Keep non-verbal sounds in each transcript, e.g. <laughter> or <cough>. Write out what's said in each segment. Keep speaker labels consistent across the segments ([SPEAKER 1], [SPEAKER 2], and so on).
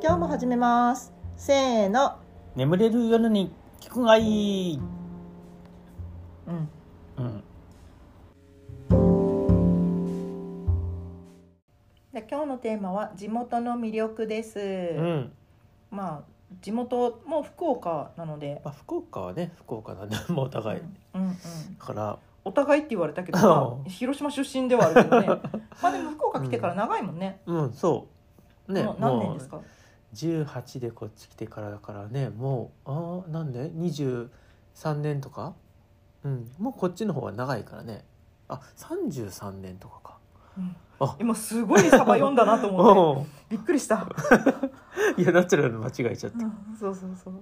[SPEAKER 1] 今日も始めますせーの
[SPEAKER 2] 眠れる夜に聞くがいい、
[SPEAKER 1] うん
[SPEAKER 2] うん、
[SPEAKER 1] で今日のテーマは地元の魅力です、
[SPEAKER 2] うん、
[SPEAKER 1] まあ地元も福岡なので、
[SPEAKER 2] まあ福岡はね福岡なんで <laughs> もうお互い、
[SPEAKER 1] う
[SPEAKER 2] だ
[SPEAKER 1] んうん
[SPEAKER 2] から
[SPEAKER 1] お互いって言われたけど、まあ、広島出身ではあるけど <laughs> ねまあでも福岡来てから長いもんね、
[SPEAKER 2] うんそうね
[SPEAKER 1] もう何年ですか
[SPEAKER 2] 18でこっち来てからだからねもうああ何年 ?23 年とかうんもうこっちの方が長いからねあ33年とかか
[SPEAKER 1] うん
[SPEAKER 2] あ
[SPEAKER 1] 今すごいサバ読んだなと思って
[SPEAKER 2] お
[SPEAKER 1] びっくりした、
[SPEAKER 2] <laughs> いやナチュラル間違えちゃっ
[SPEAKER 1] う
[SPEAKER 2] た
[SPEAKER 1] んそうそうそう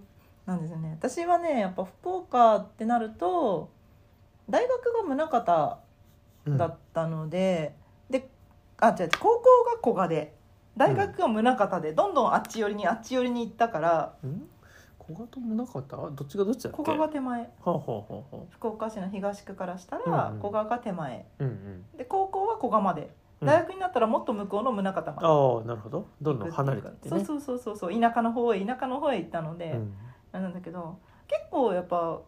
[SPEAKER 1] なんですよね私はねやっぱ福岡ってなると大学が宗像
[SPEAKER 2] うん
[SPEAKER 1] だったので、であ違う違う高校が古賀で大学が宗像で、どんどんあっち寄りにあっち寄りに行ったから
[SPEAKER 2] うん古賀と宗像どっちがどっちだっけ
[SPEAKER 1] 古賀が手前
[SPEAKER 2] ほうほうほうほ
[SPEAKER 1] 福岡市の東区からした
[SPEAKER 2] う
[SPEAKER 1] ら
[SPEAKER 2] んうん
[SPEAKER 1] 古賀が手前
[SPEAKER 2] ううんうん
[SPEAKER 1] で高校は古賀まで
[SPEAKER 2] うん
[SPEAKER 1] 大学になったらもっと向こうの宗像まで
[SPEAKER 2] ああなるほどどんどん離れ
[SPEAKER 1] 行
[SPEAKER 2] てっ
[SPEAKER 1] くって
[SPEAKER 2] て
[SPEAKER 1] い
[SPEAKER 2] ね
[SPEAKER 1] うかそうそうそうそうそう田舎の方へ田舎の方へ行ったので、
[SPEAKER 2] うん
[SPEAKER 1] あれなんだけど結構やっぱ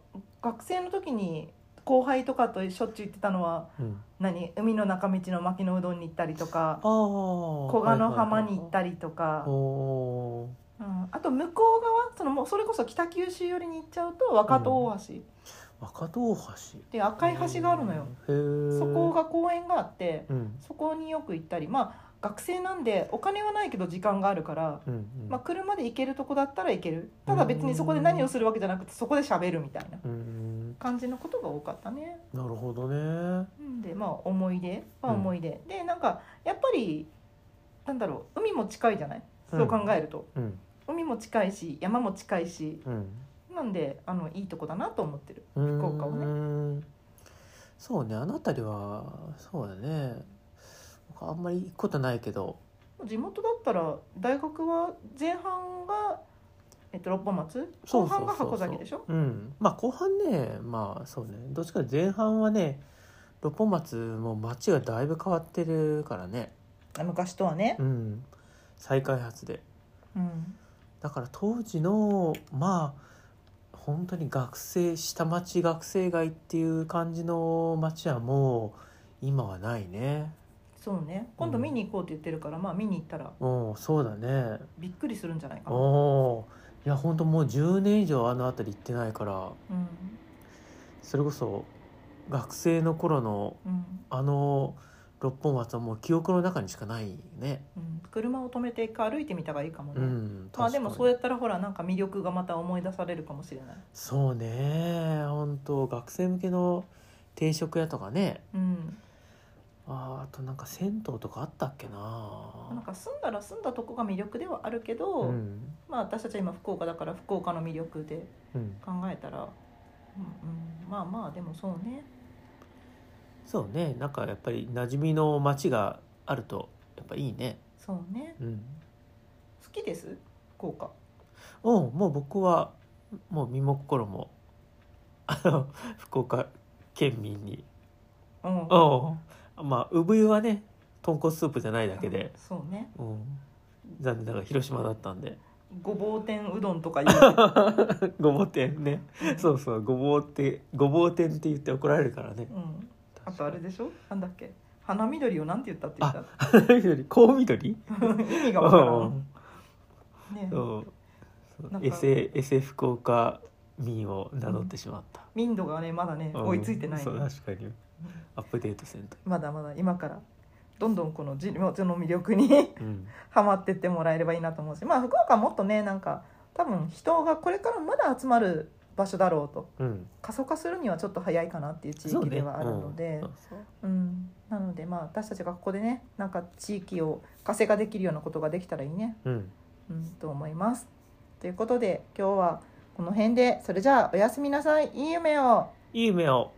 [SPEAKER 1] 学生の時に後輩とかとしょっちゅう行ってたのは
[SPEAKER 2] うん、
[SPEAKER 1] 何海の中道の薪のうどんに行ったりとか
[SPEAKER 2] ああ
[SPEAKER 1] 古賀の浜に行った
[SPEAKER 2] り
[SPEAKER 1] りとか、
[SPEAKER 2] お
[SPEAKER 1] う
[SPEAKER 2] ー
[SPEAKER 1] ん、あと向こう側そのもうそれこそ北九州寄りに行っちゃうと若戸大橋っ
[SPEAKER 2] 若戸大橋
[SPEAKER 1] ていう赤い橋があるのよ、
[SPEAKER 2] へえ
[SPEAKER 1] そこが公園があって
[SPEAKER 2] うん
[SPEAKER 1] そこによく行ったりまあ学生なんでお金はないけど時間があるから、
[SPEAKER 2] うんうん
[SPEAKER 1] まあ、車で行けるとこだったら行けるただ別にそこで何をするわけじゃなくてそこで喋るみたいな
[SPEAKER 2] うん
[SPEAKER 1] 感じのことが多かったね。
[SPEAKER 2] なるほどね
[SPEAKER 1] うんでまあ思い出は思い出、でなんかやっぱりなんだろう海も近いじゃないそう考えると、
[SPEAKER 2] うん
[SPEAKER 1] 海も近いし山も近いし
[SPEAKER 2] うん
[SPEAKER 1] なんであのいいとこだなと思ってる
[SPEAKER 2] 福
[SPEAKER 1] 岡はね
[SPEAKER 2] ねそうねあの辺りはそうだね僕あんまり行くことないけど
[SPEAKER 1] 地元だったら大学は前半が、えっと、六本松
[SPEAKER 2] そ
[SPEAKER 1] 後
[SPEAKER 2] うそうそ
[SPEAKER 1] 半
[SPEAKER 2] うそ
[SPEAKER 1] が
[SPEAKER 2] う
[SPEAKER 1] 箱崎でしょ
[SPEAKER 2] うんまあ後半ねまあそうねどっちかというと前半はね六本松も街がだいぶ変わってるからね
[SPEAKER 1] 昔とはね
[SPEAKER 2] う、ん再開発で
[SPEAKER 1] うん
[SPEAKER 2] だから当時のまあ本当に学生下町学生街っていう感じの街はもう今はないね
[SPEAKER 1] そうね今度見に行こうって言ってるから、まあ見に行ったら
[SPEAKER 2] うんそうだね
[SPEAKER 1] びっくりするんじゃないかな、
[SPEAKER 2] おーいや本当もう10年以上あの辺り行ってないから
[SPEAKER 1] うん
[SPEAKER 2] それこそ学生の頃の
[SPEAKER 1] うん
[SPEAKER 2] あの六本松はもう記憶の中にしかないね
[SPEAKER 1] うん、車を止めて一回歩いてみたがいいかもね、
[SPEAKER 2] うん
[SPEAKER 1] まあ
[SPEAKER 2] 確
[SPEAKER 1] で
[SPEAKER 2] かに
[SPEAKER 1] もそうやったらほらなんか魅力がまた思い出されるかもしれない。
[SPEAKER 2] そうね本当学生向けの定食屋とかね
[SPEAKER 1] うん。
[SPEAKER 2] あーあとなんか銭湯とかあったっけな
[SPEAKER 1] なんか住んだら住んだとこが魅力ではあるけど、
[SPEAKER 2] うん
[SPEAKER 1] まあ私たちは今福岡だから福岡の魅力で
[SPEAKER 2] うん、
[SPEAKER 1] 考えたら、うんうん、まあまあでもそうね。
[SPEAKER 2] そうねなんかやっぱり馴染みの街があるとやっぱいいね
[SPEAKER 1] そうね。
[SPEAKER 2] うん
[SPEAKER 1] 好きです福岡。
[SPEAKER 2] おうもう僕はもう身も心もあの福岡県民に
[SPEAKER 1] うん。
[SPEAKER 2] おうまあ産湯はね豚骨スープじゃないだけで、
[SPEAKER 1] そうね。
[SPEAKER 2] うん、残念ながら広島だったんで <laughs>
[SPEAKER 1] ごぼう天うどんとか言
[SPEAKER 2] ごぼう天ね
[SPEAKER 1] う。。
[SPEAKER 2] <laughs> そううそうごぼうってごぼう天って言って怒られるからね
[SPEAKER 1] うん。あとあ
[SPEAKER 2] <laughs>
[SPEAKER 1] れでしょ。なんだっけ。花緑をなんて言ったって言った。
[SPEAKER 2] 緑こう緑
[SPEAKER 1] 意味
[SPEAKER 2] う
[SPEAKER 1] がわからん。
[SPEAKER 2] ん
[SPEAKER 1] ね。
[SPEAKER 2] そう
[SPEAKER 1] なんか
[SPEAKER 2] エセエセ福岡民を名乗ってしまった、
[SPEAKER 1] 民度がねまだね
[SPEAKER 2] うん
[SPEAKER 1] 追いついてない。
[SPEAKER 2] そう確かにアップデートせんと、
[SPEAKER 1] まだまだ今からどんどんこの地元の魅力に <laughs>
[SPEAKER 2] うん、
[SPEAKER 1] ハマってってもらえればいいなと思うしまあ福岡はもっとねなんか多分人がこれからまだ集まる場所だろうと
[SPEAKER 2] うん、
[SPEAKER 1] 過疎化するにはちょっと早いかなっていう地
[SPEAKER 2] そう
[SPEAKER 1] 域
[SPEAKER 2] ね
[SPEAKER 1] ではあるので
[SPEAKER 2] うんそう
[SPEAKER 1] うん、なのでまあ私たちがここでねなんか地域を活性化できるようなことができたらいいね、
[SPEAKER 2] そううん
[SPEAKER 1] うん、と思います。ということで今日はこの辺でそれじゃあおやすみなさいいい夢を
[SPEAKER 2] いい目を